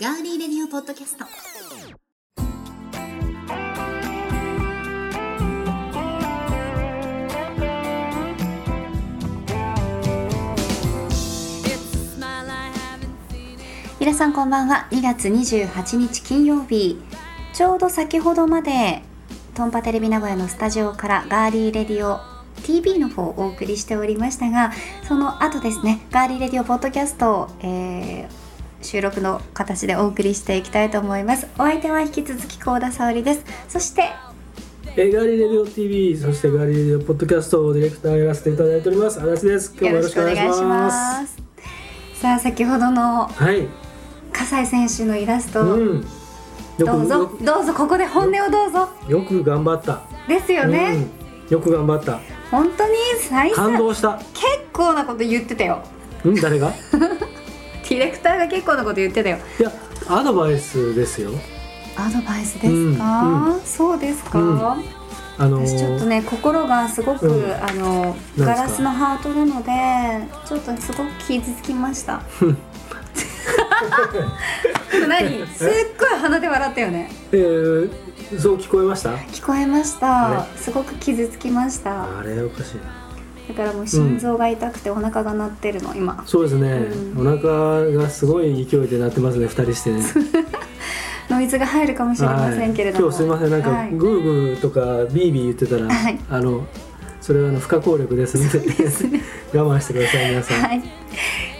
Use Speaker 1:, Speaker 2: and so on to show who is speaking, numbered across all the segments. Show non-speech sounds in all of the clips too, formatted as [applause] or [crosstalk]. Speaker 1: ガーリーレディオポッドキャスト皆さんこんばんは2月28日金曜日ちょうど先ほどまでトンパテレビ名古屋のスタジオからガーリーレディオ TV の方をお送りしておりましたがその後ですねガーリーレディオポッドキャストを、えー収録の形でお送りしていきたいと思いますお相手は引き続き高田沙織ですそして
Speaker 2: えーガーリーレディオ TV そしてガーリーレディオポッドキャストをディレクターをやらせていただいております足立です今日も
Speaker 1: よ
Speaker 2: よ
Speaker 1: ろ
Speaker 2: ろ
Speaker 1: し
Speaker 2: し
Speaker 1: く
Speaker 2: く
Speaker 1: お
Speaker 2: お
Speaker 1: 願
Speaker 2: 願
Speaker 1: い
Speaker 2: い
Speaker 1: し
Speaker 2: します
Speaker 1: ますさあ先ほどの
Speaker 2: はい
Speaker 1: 笠井選手のイラスト、
Speaker 2: うんよ
Speaker 1: どう
Speaker 2: く
Speaker 1: ぞ
Speaker 2: よ
Speaker 1: どうぞここで本音をどうぞ
Speaker 2: くよく頑張った
Speaker 1: ですよね、
Speaker 2: うん、よく頑張った
Speaker 1: 本当に最初
Speaker 2: 感動した
Speaker 1: 結構なこと言ってたよ
Speaker 2: うん
Speaker 1: [laughs]
Speaker 2: 誰が
Speaker 1: ディレクターが結構なこと言ってたよ
Speaker 2: いやアドバイスですよ
Speaker 1: アドバイスですか、
Speaker 2: うん
Speaker 1: そうですか、
Speaker 2: うんあのー
Speaker 1: 私ちょっとね心がすごく、
Speaker 2: うん
Speaker 1: あの
Speaker 2: すか
Speaker 1: ガラスのハートなのでちょっとすごく傷つきました
Speaker 2: [laughs]
Speaker 1: でも何すっごい鼻で笑ったよね
Speaker 2: えーそう聞こえました
Speaker 1: 聞こえました
Speaker 2: あ
Speaker 1: すごく傷つきました
Speaker 2: あれおかしいな
Speaker 1: だからもう心臓が痛くてお腹が鳴ってるの今
Speaker 2: そうですね、
Speaker 1: う
Speaker 2: お腹がすごい勢いで鳴ってますね二人してね
Speaker 1: ノイズが入るかもしれませんけれども、
Speaker 2: はい、今日すいませんなんか、
Speaker 1: はい
Speaker 2: グーグーとかビービー言ってたら、
Speaker 1: はい
Speaker 2: あのそれはあの不可抗力ですので [laughs] 我慢してください皆さん、
Speaker 1: はい。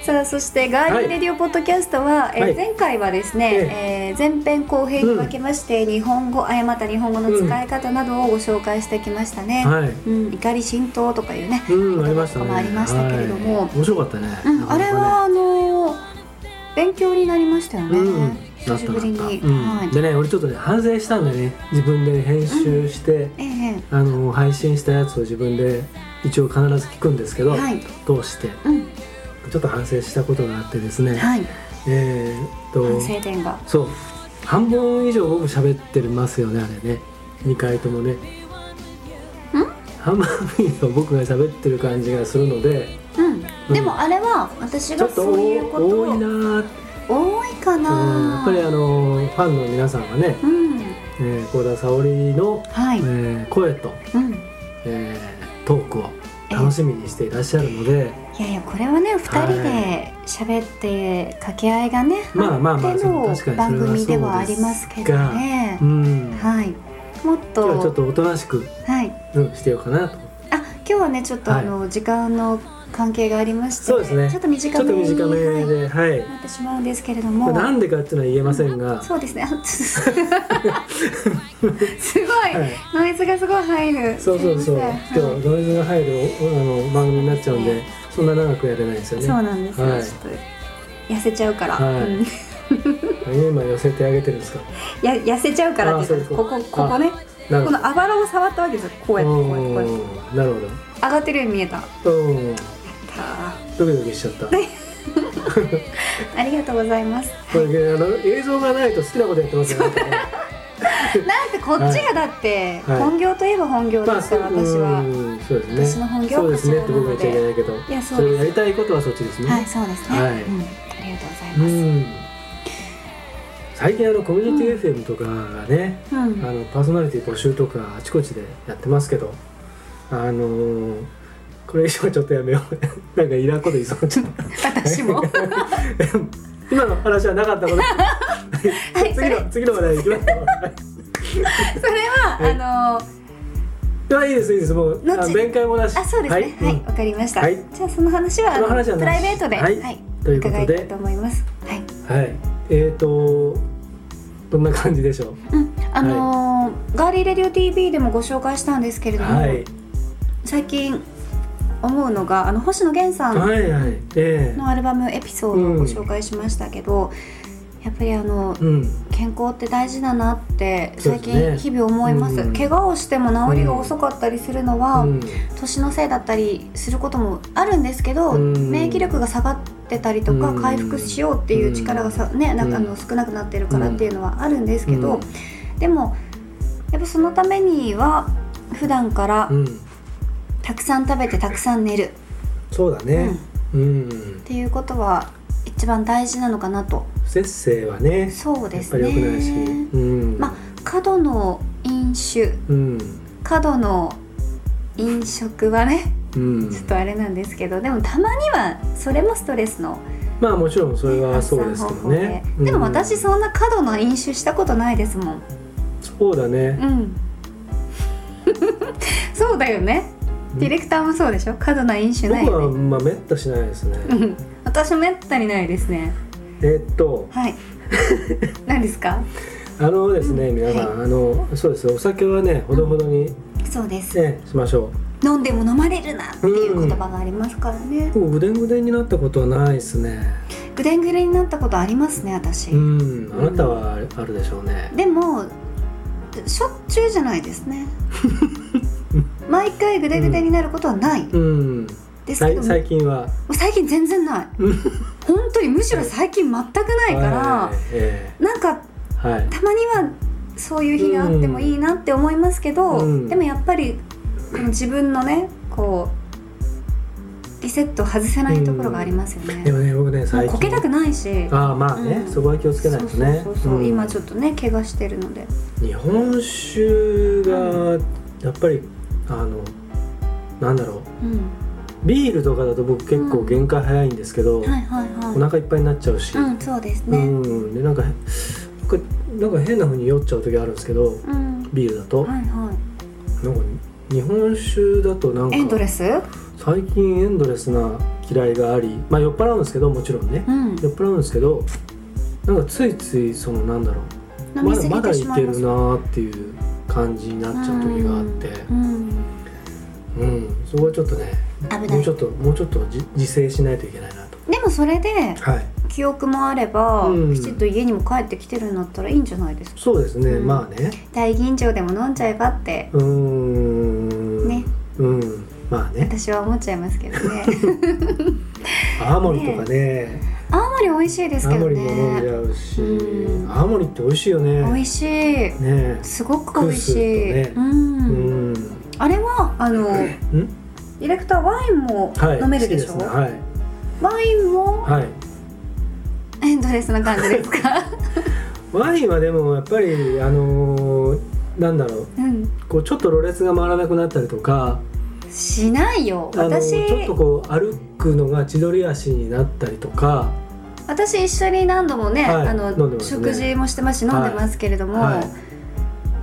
Speaker 1: さあそしてガーリーレディオポッドキャストは、えー
Speaker 2: はい
Speaker 1: 前回はですね、えー前編後編に分けまして、日本語誤った日本語の使い方などをご紹介してきましたね。
Speaker 2: はい
Speaker 1: うん、怒り浸透とかいうね、
Speaker 2: うんありました
Speaker 1: と
Speaker 2: ね
Speaker 1: かもありましたけれども、
Speaker 2: はい面白かったね、
Speaker 1: うん、あれはあのー勉強になりましたよね。
Speaker 2: なかなかねうん
Speaker 1: 久しぶりに、
Speaker 2: なったなったうん
Speaker 1: はい。
Speaker 2: でね俺ちょっとね反省したんだよね自分で編集して、
Speaker 1: ええ
Speaker 2: あの配信したやつを自分で一応必ず聞くんですけど、
Speaker 1: はい
Speaker 2: 通して
Speaker 1: うん、
Speaker 2: ちょっと反省したことがあってですね、
Speaker 1: はい、
Speaker 2: えーっと
Speaker 1: 反省点が、
Speaker 2: そう半分以上僕喋ってますよねあれね2回ともね半分以上僕が喋ってる感じがするので
Speaker 1: うん、でもあれは私
Speaker 2: ちょ
Speaker 1: が
Speaker 2: っと
Speaker 1: そういうこと
Speaker 2: 多いな
Speaker 1: を
Speaker 2: ー
Speaker 1: 多いか
Speaker 2: うんや
Speaker 1: な
Speaker 2: っぱりあのーファンの皆さんはね
Speaker 1: うん、
Speaker 2: 幸、えー、幸田沙織の、
Speaker 1: はい、
Speaker 2: えー声と、
Speaker 1: うん、
Speaker 2: えートークを楽しみにしていらっしゃるので、
Speaker 1: いやいやこれはね2人
Speaker 2: は
Speaker 1: で喋って掛け合いがね、
Speaker 2: まあまあまあ
Speaker 1: っての
Speaker 2: そう確かにそれは
Speaker 1: 番組ではありますけどね
Speaker 2: う、ん今
Speaker 1: はいもっ
Speaker 2: 日
Speaker 1: と
Speaker 2: はちょっとおとなしく、
Speaker 1: はい
Speaker 2: うん、してようかなと
Speaker 1: あ今日はねちょっと
Speaker 2: は
Speaker 1: あ
Speaker 2: い
Speaker 1: の、時間の関係がありまして
Speaker 2: そうですね
Speaker 1: ちょっと短
Speaker 2: ちょっ
Speaker 1: め
Speaker 2: と
Speaker 1: に
Speaker 2: 短め
Speaker 1: はい
Speaker 2: で、はい
Speaker 1: なってしまうんですけれど
Speaker 2: こ
Speaker 1: も
Speaker 2: れなんでかっていうのは言えませんが、
Speaker 1: そうですねあちょっと
Speaker 2: [laughs]
Speaker 1: すごい、
Speaker 2: はい
Speaker 1: ノイズがすごい入る
Speaker 2: そうそうそう。
Speaker 1: すいません
Speaker 2: 今日ノイズが入るおあの番組になっちゃうんで、
Speaker 1: ね
Speaker 2: そんな長くやれないんですよね。
Speaker 1: そうなんですよ、
Speaker 2: はい
Speaker 1: ちょっと痩せちゃうから、
Speaker 2: はい
Speaker 1: うん
Speaker 2: 何今寄せてあげてるんですか。
Speaker 1: や痩せちゃうからっていうか
Speaker 2: あ
Speaker 1: こ
Speaker 2: そう
Speaker 1: こ
Speaker 2: いうこと
Speaker 1: ここね
Speaker 2: なる
Speaker 1: こ
Speaker 2: ほど。
Speaker 1: のあばらを触ったわけですよこうやってこうやってこうやって
Speaker 2: おーなるほ
Speaker 1: 上がってるように見えた
Speaker 2: ど。うん。
Speaker 1: あ
Speaker 2: ドキドキしちゃった。
Speaker 1: ーありがとうございます
Speaker 2: これあの映像がないと好きなことやってますよね。
Speaker 1: なんてこっちがだって
Speaker 2: はい
Speaker 1: 本業といえば本業ですから、
Speaker 2: う
Speaker 1: 私は、
Speaker 2: んそうですね。
Speaker 1: 私の本業は
Speaker 2: そうですねって
Speaker 1: こちら
Speaker 2: 僕
Speaker 1: なので
Speaker 2: は言っちゃいけないけど。
Speaker 1: いやそうです
Speaker 2: それやりたいことはそっちですね。
Speaker 1: はいそうですね、
Speaker 2: はい
Speaker 1: うん、ありがとうございうます
Speaker 2: ん。最近あのコミュニティ FM とかがね、
Speaker 1: うん、
Speaker 2: あのパーソナリティ募集とかあちこちでやってますけどあのー、これ以上ちょっとやめよう [laughs] なんかいらんこと言いそうになっちゃった
Speaker 1: 私
Speaker 2: [laughs]
Speaker 1: もはい
Speaker 2: 今の話はなかった
Speaker 1: [laughs]
Speaker 2: こと
Speaker 1: そ
Speaker 2: 次
Speaker 1: れ
Speaker 2: の次の話題
Speaker 1: [laughs]
Speaker 2: いきます
Speaker 1: それは、
Speaker 2: はい
Speaker 1: あの
Speaker 2: いやいいですいいですもう
Speaker 1: 後
Speaker 2: あ弁解もなし
Speaker 1: あそうですねはいわ、かりました、
Speaker 2: はい
Speaker 1: じゃあその話は
Speaker 2: その話はなし
Speaker 1: プライベートで、
Speaker 2: はいということで
Speaker 1: 伺いたいと思いますはい
Speaker 2: うんはいえーとどんな感じでしょ
Speaker 1: うん、あのーガーリーレディオ TV でもご紹介したんですけれ
Speaker 2: う
Speaker 1: ども、
Speaker 2: はい
Speaker 1: 最近思うのがあの星野源さん
Speaker 2: はいはいええ
Speaker 1: のアルバムエピソードをご紹介しましたけど、やっぱりあの
Speaker 2: うん
Speaker 1: 健康って大事だなって最
Speaker 2: そう
Speaker 1: 近
Speaker 2: です
Speaker 1: 日
Speaker 2: ね
Speaker 1: 々思います
Speaker 2: うん
Speaker 1: 怪我をしても治りが遅かったりするのは、
Speaker 2: うん
Speaker 1: 年のせいだったりすることもあるんですけど、
Speaker 2: うん
Speaker 1: 免疫力が下がってたりとか、
Speaker 2: うん
Speaker 1: 回復しようっていう力がさ、ね、なんかあの
Speaker 2: うん
Speaker 1: 少なくなってるからっていうのはあるんですけど、でもやっぱそのためには普段から
Speaker 2: うん
Speaker 1: たくさん食べてたくさん寝る、
Speaker 2: そうだね
Speaker 1: うんっ
Speaker 2: うん
Speaker 1: ていうことは一番大事なのかなと
Speaker 2: 不節制はね
Speaker 1: そうで
Speaker 2: やっ
Speaker 1: す
Speaker 2: ぱり良くないし、
Speaker 1: ね
Speaker 2: うん、
Speaker 1: まあ過度の飲酒
Speaker 2: うん、
Speaker 1: 過度の飲食はね
Speaker 2: うん
Speaker 1: ちょっとあれなんですけどでもたまにはそれもストレスの
Speaker 2: まあもちろんそれは
Speaker 1: 発
Speaker 2: そう
Speaker 1: 散
Speaker 2: です
Speaker 1: 方
Speaker 2: けど
Speaker 1: 法で、
Speaker 2: ね。
Speaker 1: で
Speaker 2: う
Speaker 1: も
Speaker 2: ん
Speaker 1: 私そんな過度の飲酒したことないですもん
Speaker 2: そうだね。
Speaker 1: うん [laughs] そうだよねディレクターもそうでしょ過度な飲酒ない
Speaker 2: 僕は
Speaker 1: よね
Speaker 2: まあめったしないですね。
Speaker 1: うん私もめったにないですね
Speaker 2: えっと [laughs]
Speaker 1: はい何ですか
Speaker 2: あのですね、皆さん、あのそうですお酒はねほどほどに、
Speaker 1: そうです
Speaker 2: ね、しましょ
Speaker 1: 飲んでも飲まれるなっていう言葉がありますからね
Speaker 2: う。僕ぐでんぐでんになったことはないですね。
Speaker 1: ぐでんぐでんになったことありますね私、
Speaker 2: うん、あなたはあるでしょうね。
Speaker 1: でもしょっちゅうじゃないです
Speaker 2: [laughs]
Speaker 1: ね毎回ぐでぐでになることはない
Speaker 2: うん。
Speaker 1: です
Speaker 2: さ
Speaker 1: け
Speaker 2: い
Speaker 1: ど、も
Speaker 2: 最近は。
Speaker 1: う最近全然ない本当にむしろ最近全くないから、
Speaker 2: はいえ
Speaker 1: なんか
Speaker 2: えはい。
Speaker 1: たまにはそういう日があってもいいなって思いますけど、
Speaker 2: うん
Speaker 1: でもやっぱりこの自分のねこうリセットを外せないところがありますよね、
Speaker 2: でもね僕ね
Speaker 1: もう
Speaker 2: 最
Speaker 1: こけ
Speaker 2: 近
Speaker 1: た。くないし
Speaker 2: ああまあね、
Speaker 1: うん
Speaker 2: そこは気をつけないとね。
Speaker 1: そうそうそうそう、
Speaker 2: うん
Speaker 1: 今ちょっとね怪我してるので
Speaker 2: 日本酒がやっぱりあのなんだろ
Speaker 1: うん
Speaker 2: うビールとかだと僕結構限界早いんですけど、
Speaker 1: はいはい
Speaker 2: お
Speaker 1: は
Speaker 2: 腹いっぱいになっちゃうし、
Speaker 1: いうんそうです
Speaker 2: う
Speaker 1: ね
Speaker 2: んでなんか僕なんか変な風に酔っちゃう時あるんですけど
Speaker 1: うん、
Speaker 2: ビールだと、
Speaker 1: はいは
Speaker 2: なんか日本酒だとなん
Speaker 1: いエンド
Speaker 2: か
Speaker 1: レス
Speaker 2: 最近エンドレスな嫌いがありまあ酔っ払うんですけどもちろんね
Speaker 1: うん
Speaker 2: 酔っ払うんですけどなんかついついそのなんだろう
Speaker 1: 飲
Speaker 2: ま
Speaker 1: み
Speaker 2: だ
Speaker 1: す
Speaker 2: ま
Speaker 1: ぎ
Speaker 2: だ
Speaker 1: て
Speaker 2: い
Speaker 1: しま
Speaker 2: け
Speaker 1: い
Speaker 2: る
Speaker 1: ま
Speaker 2: な
Speaker 1: す
Speaker 2: ーっていう感じになっちゃう時があって。
Speaker 1: うん
Speaker 2: うん、そこはちょっとね、
Speaker 1: 危な
Speaker 2: もう
Speaker 1: い
Speaker 2: ちょっと、もうちょっとじ自制しないといけないなと。
Speaker 1: でもそれで
Speaker 2: はい。
Speaker 1: 記憶もあれば、
Speaker 2: うん
Speaker 1: きちっと家にも帰ってきてるんだったらいいんじゃないですか
Speaker 2: そうですね、
Speaker 1: うん
Speaker 2: まあね。
Speaker 1: 大吟醸でも飲んじゃえばって
Speaker 2: うーん。
Speaker 1: ね。
Speaker 2: うん、まあね。
Speaker 1: 私は思っちゃいますけど
Speaker 2: [laughs]
Speaker 1: ね
Speaker 2: 青森とかね、
Speaker 1: 青森美味しいですけ
Speaker 2: 青
Speaker 1: ど
Speaker 2: 森も飲んじ
Speaker 1: ね
Speaker 2: ゃうし、
Speaker 1: うん
Speaker 2: 青森って美味しいよね。
Speaker 1: 美
Speaker 2: ね
Speaker 1: 味しい
Speaker 2: え。
Speaker 1: すごく美味しい、
Speaker 2: クースーと
Speaker 1: う
Speaker 2: ねうんん。
Speaker 1: あれはあのデ
Speaker 2: うん。
Speaker 1: ィレクターワインも
Speaker 2: はい。
Speaker 1: 飲めるでし
Speaker 2: 好
Speaker 1: ょ、
Speaker 2: きすねはい。
Speaker 1: ワインも
Speaker 2: はい。
Speaker 1: エンドレスな感じです
Speaker 2: [laughs]
Speaker 1: か
Speaker 2: ワインはでも、やっぱり、あのーなんだろう、
Speaker 1: うん
Speaker 2: こう、ちょっとろれつが回らなくなったりとか。
Speaker 1: しないよ
Speaker 2: あのち
Speaker 1: 私
Speaker 2: ょっとこう歩くのが千鳥足になったりとか、
Speaker 1: 私一緒に何度もね、
Speaker 2: はい
Speaker 1: あの
Speaker 2: 飲んでますね
Speaker 1: 食事もしてますし飲んでますけれども、
Speaker 2: はいはい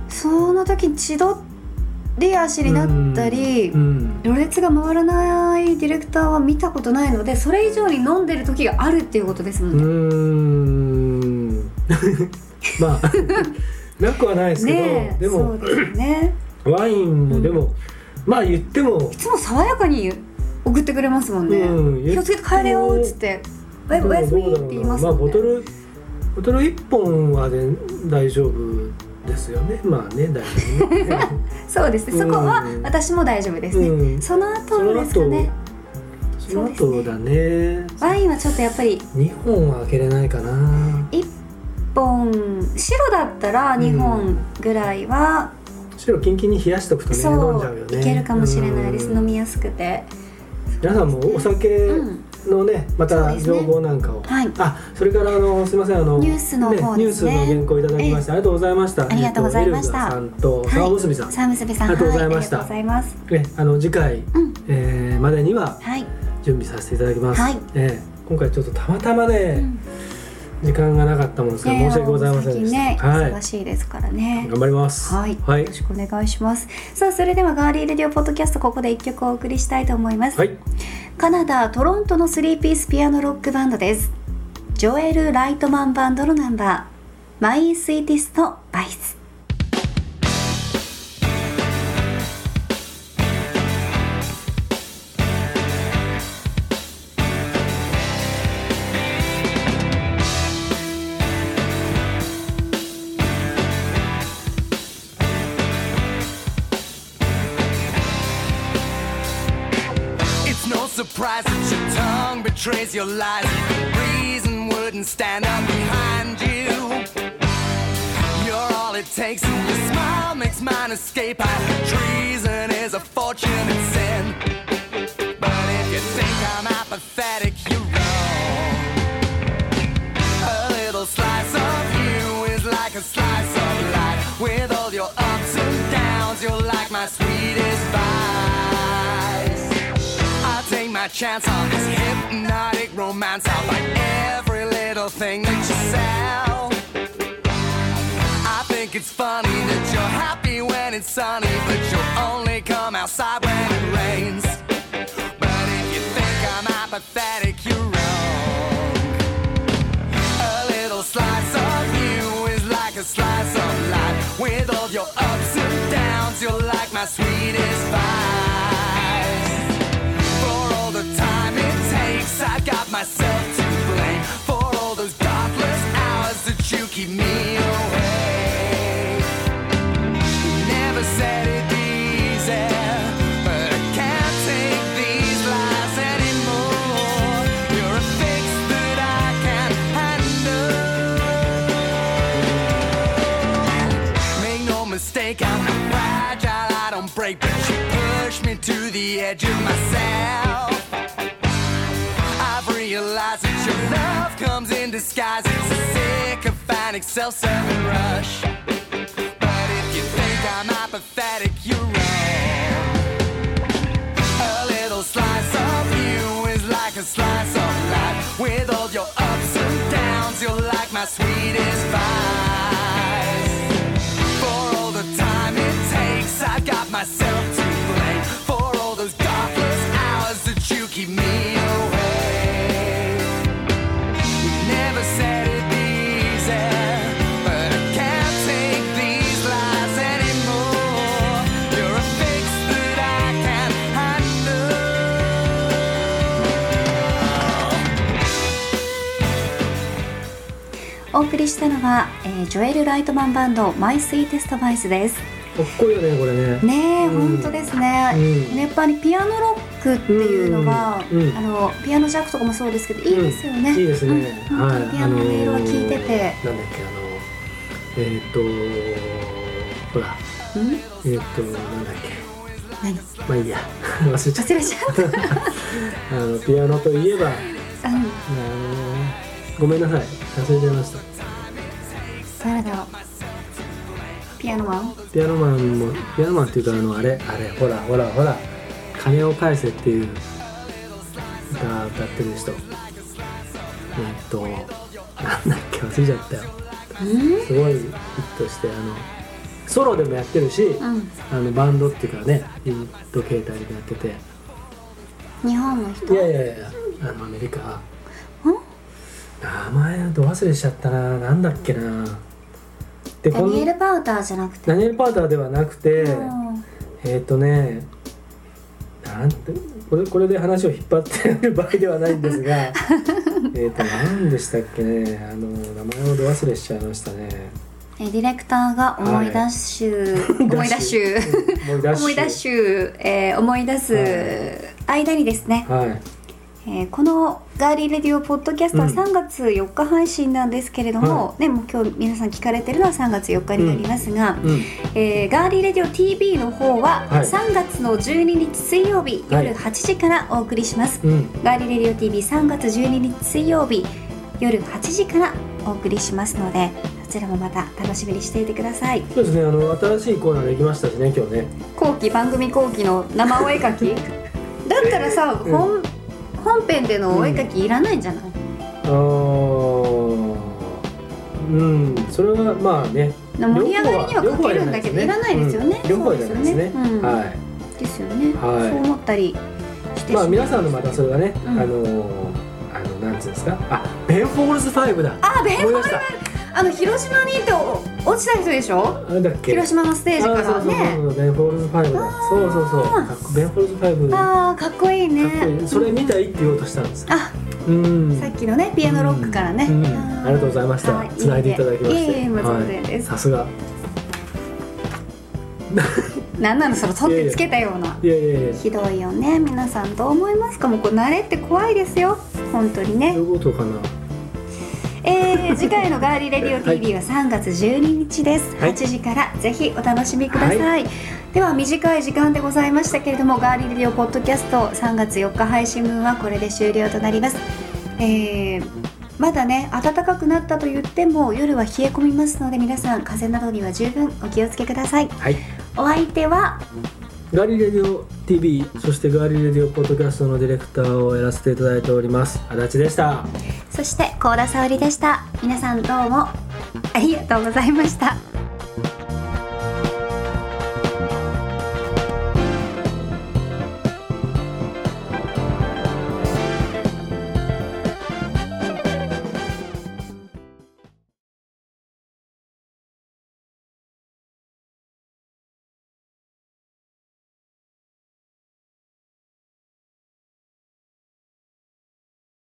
Speaker 1: その時に千鳥足になったり
Speaker 2: うんうん
Speaker 1: ろれつが回らないディレクターは見たことないのでそれ以上に飲んでる時があるっていうことですも
Speaker 2: うー
Speaker 1: んね。
Speaker 2: んまあなくはないですけど、
Speaker 1: ねえ
Speaker 2: で
Speaker 1: そ
Speaker 2: も
Speaker 1: うですよね。
Speaker 2: ワイン
Speaker 1: う
Speaker 2: も
Speaker 1: ん
Speaker 2: でも、まあ言っても
Speaker 1: い、つも爽やかに送ってくれますもんね。
Speaker 2: うん
Speaker 1: 気をつけて帰れよっつって「お
Speaker 2: でも
Speaker 1: やすみ」って
Speaker 2: どうだろうな
Speaker 1: 言います
Speaker 2: まあ
Speaker 1: もん
Speaker 2: ボ
Speaker 1: ね
Speaker 2: ト。ルボトル一本はで大丈夫ですよね。まあね大丈夫ね。
Speaker 1: そうですねそこは
Speaker 2: うん
Speaker 1: 私も大丈夫ですね。
Speaker 2: うん
Speaker 1: その
Speaker 2: そ
Speaker 1: 後
Speaker 2: の
Speaker 1: ですか
Speaker 2: 後、
Speaker 1: ね
Speaker 2: その
Speaker 1: そうですね
Speaker 2: 後だね。
Speaker 1: ワインはちょっとやっぱり
Speaker 2: 二本は開けれないかな。
Speaker 1: 1本白だったら2本ぐらいは、
Speaker 2: 白キンキンに冷やしとくとね飲んじゃうよ
Speaker 1: そう
Speaker 2: ね。
Speaker 1: いけるかもしれないです、
Speaker 2: うん
Speaker 1: 飲みやすくて。
Speaker 2: 皆さんもお酒
Speaker 1: うん
Speaker 2: のね、ま
Speaker 1: そう
Speaker 2: た
Speaker 1: ですね
Speaker 2: 情報なんかを、
Speaker 1: はい
Speaker 2: あそれからあのすみませんあの
Speaker 1: ニュースの方ですね
Speaker 2: ニュースの原稿いただきまして、ありがとうございました
Speaker 1: ありがとうございました
Speaker 2: えっとエルガさんと沢結びさん、
Speaker 1: 沢結びさん
Speaker 2: ありがとうございました
Speaker 1: はありがとうございます。
Speaker 2: えあの次回、
Speaker 1: うん
Speaker 2: えーまでには
Speaker 1: はい。
Speaker 2: 準備させていただきます、
Speaker 1: はい
Speaker 2: えー今回ちょっとたまたまね、時間がなかったもんですから申し訳ございませんでした、
Speaker 1: ね、
Speaker 2: はい
Speaker 1: 忙しいですからね。
Speaker 2: 頑張ります
Speaker 1: はい、
Speaker 2: はい
Speaker 1: よろしくお願いします。さあ、それではガーリーレディオポッドキャストここで一曲お送りしたいと思います。
Speaker 2: はい
Speaker 1: カナダ・トロントのスリーピースピアノロックバンドです。ジョエル・ライトマンバンドのナンバー、マイ・スイーティスト・バイス。
Speaker 3: It's no surprise that your tongue betrays your lies. Reason wouldn't stand up behind you. You're all it takes, and your smile makes mine escape. I, treason is a fortunate sin. But if you think I'm apathetic, you're wrong. A little sweetest vice. I'll take my chance on this hypnotic romance. I'll buy every little thing that you sell. I think it's funny that you're happy when it's sunny, but you'll only come outside when it rains. But if you think I'm apathetic, you're wrong. A little slice of you is like a slice of life. With all your ups and downs, you're like my sweetest vice. For all the time it takes, I got myself to blame. For all those godless hours that you keep me awake. You never said it'd be easy, but I can't take these lies anymore. You're a fix that I can't handle. Make no mistake, I'm not fragile, I don't break, but you push me to the edge of myself. I've realized that your love comes in disguise, it's a sycophantic self-serving rush. But if you think I'm apathetic, you're wrong. A little slice of you is like a slice of life. With all your ups and downs, you're like my sweetest vice. For all the time it takes, I've got myself to blame. For all those darkest hours that you keep me awake. You never said it'd be easy, but I can't take these lies anymore. You're a fix that I can't handle.
Speaker 1: お送りしたのは、えージョエル・ライトマンバンド「マイ・スイーテスト・バイス」です
Speaker 2: かっこいいよねこれね
Speaker 1: ねえ、
Speaker 2: うん
Speaker 1: 本当ですね、
Speaker 2: うん
Speaker 1: ねやっぱりピアノロックっていうのは、
Speaker 2: うんうん
Speaker 1: あのピアノジャックとかもそうですけどいいですよね、
Speaker 2: うんいいですね、
Speaker 1: うん本当にピアノの音色が効いてて、
Speaker 2: あのーなんだっけあのえーっ、とほら
Speaker 1: うん
Speaker 2: えーっ、となんだっけ
Speaker 1: 何
Speaker 2: まあいいや [laughs] 忘れちゃっ
Speaker 1: 忘れちゃった
Speaker 2: [laughs] たあのピアノといえばあ
Speaker 1: あの
Speaker 2: のーごめんなさい忘れちゃいました
Speaker 1: 誰だろうピアノマン
Speaker 2: ピアノマンもピアノマンっていうかあのあれあれほらほらほら金を返せっていう歌歌ってる人えーっとなんだっけ忘れちゃったよ
Speaker 1: うん
Speaker 2: すごいヒットしてあのソロでもやってるし、
Speaker 1: ん
Speaker 2: あのバンドっていうかねユニット形態でやってて
Speaker 1: 日本の人
Speaker 2: いやいやいやあのアメリカ
Speaker 1: うん
Speaker 2: 名前ど忘れしちゃったななんだっけなで
Speaker 1: ダ
Speaker 2: こ
Speaker 1: ニエ
Speaker 2: の
Speaker 1: ル・パウターじゃなくて、
Speaker 2: ダニエル・パーターではなくて、
Speaker 1: うん
Speaker 2: えっ、ー、とねなんてこれこれで話を引っ張ってる [laughs] 場合ではないんですが
Speaker 1: [laughs]
Speaker 2: えっと何でしたっけねあの名前をど忘れしちゃいましたね
Speaker 1: えディレクターが思い出し、思い出し、 [laughs]
Speaker 2: 思い出し
Speaker 1: 思い出し、えー思い出す間にですね、
Speaker 2: はい
Speaker 1: えーこの「ガーリーレディオ」ポッドキャストは
Speaker 2: うん
Speaker 1: 3月4日配信なんですけれども、
Speaker 2: は
Speaker 1: ね、もう今日皆さん聞かれてるのは3月4日になりますが、
Speaker 2: うん
Speaker 1: えーガーリーレディオ TV の方は
Speaker 2: はい
Speaker 1: 3月の12日水曜日
Speaker 2: はい
Speaker 1: 夜8時からお送りします、
Speaker 2: うん
Speaker 1: ガーリーレディオ TV3 月12日水曜日夜8時からお送りしますのでそちらもまた楽しみにしていてください
Speaker 2: そうですね、あの新しいコーナーできましたしね、今日ね。
Speaker 1: 後期番組後期の生お絵描き [laughs] だったらさ、
Speaker 2: うん
Speaker 1: 本本編でのお絵描きいらないんじゃない、
Speaker 2: あーうん、それはまあね。
Speaker 1: 盛り上がりには
Speaker 2: 両方
Speaker 1: 欠ける
Speaker 2: 両方
Speaker 1: ん
Speaker 2: は
Speaker 1: だけどいらないですよね。
Speaker 2: うん両方はいらないですね。
Speaker 1: そうですよねうん
Speaker 2: は
Speaker 1: ですよね。
Speaker 2: はい
Speaker 1: そう思ったりして
Speaker 2: い。まあ皆さんのまたそれはね、
Speaker 1: ん
Speaker 2: あのーあのなんつうんですか、あ、ベンフォールズファイブだ。
Speaker 1: あ、ベン
Speaker 2: 思い出した。
Speaker 1: あの広島にいてお落ちた人でしょ？
Speaker 2: あれだっけ。
Speaker 1: 広島のステージか
Speaker 2: あそう
Speaker 1: ら
Speaker 2: そう
Speaker 1: ね。
Speaker 2: そうそう、ベンフォールズファイブだ。そうそうそうかっこ、ベンフォールズファイブ。か
Speaker 1: ああ、かっこいいね。
Speaker 2: っこいいそれ見たいって言おうとしたんです。
Speaker 1: あ、
Speaker 2: うん。
Speaker 1: さっきのねピアノロックからね。
Speaker 2: うん
Speaker 1: ー
Speaker 2: ありがとうございました
Speaker 1: は
Speaker 2: 繋いでいただきまして
Speaker 1: いえいえ、もう全然です。
Speaker 2: さすが。
Speaker 1: なんなのその取ってつけたような。
Speaker 2: いやいやいや。
Speaker 1: ひどいよね皆さんどう思いますかもうこう慣れって怖いですよ本当に
Speaker 2: ど
Speaker 1: ね
Speaker 2: ういうことかな。
Speaker 1: えー、次回の「ガーリーレディオ TV」は3月12日です、
Speaker 2: はい
Speaker 1: 8時からぜひお楽しみください、
Speaker 2: は
Speaker 1: では短い時間でございましたけれども「ガーリーレディオ」ポッドキャスト3月4日配信分はこれで終了となりますえーまだね暖かくなったと言っても夜は冷え込みますので皆さん風邪などには十分お気をつけください
Speaker 2: はい。
Speaker 1: お相手は
Speaker 2: ガリレディオ TV そしてガリレディオポッドキャストのディレクターをやらせていただいております足立でした
Speaker 1: そして甲田沙織でした皆さんどうもありがとうございました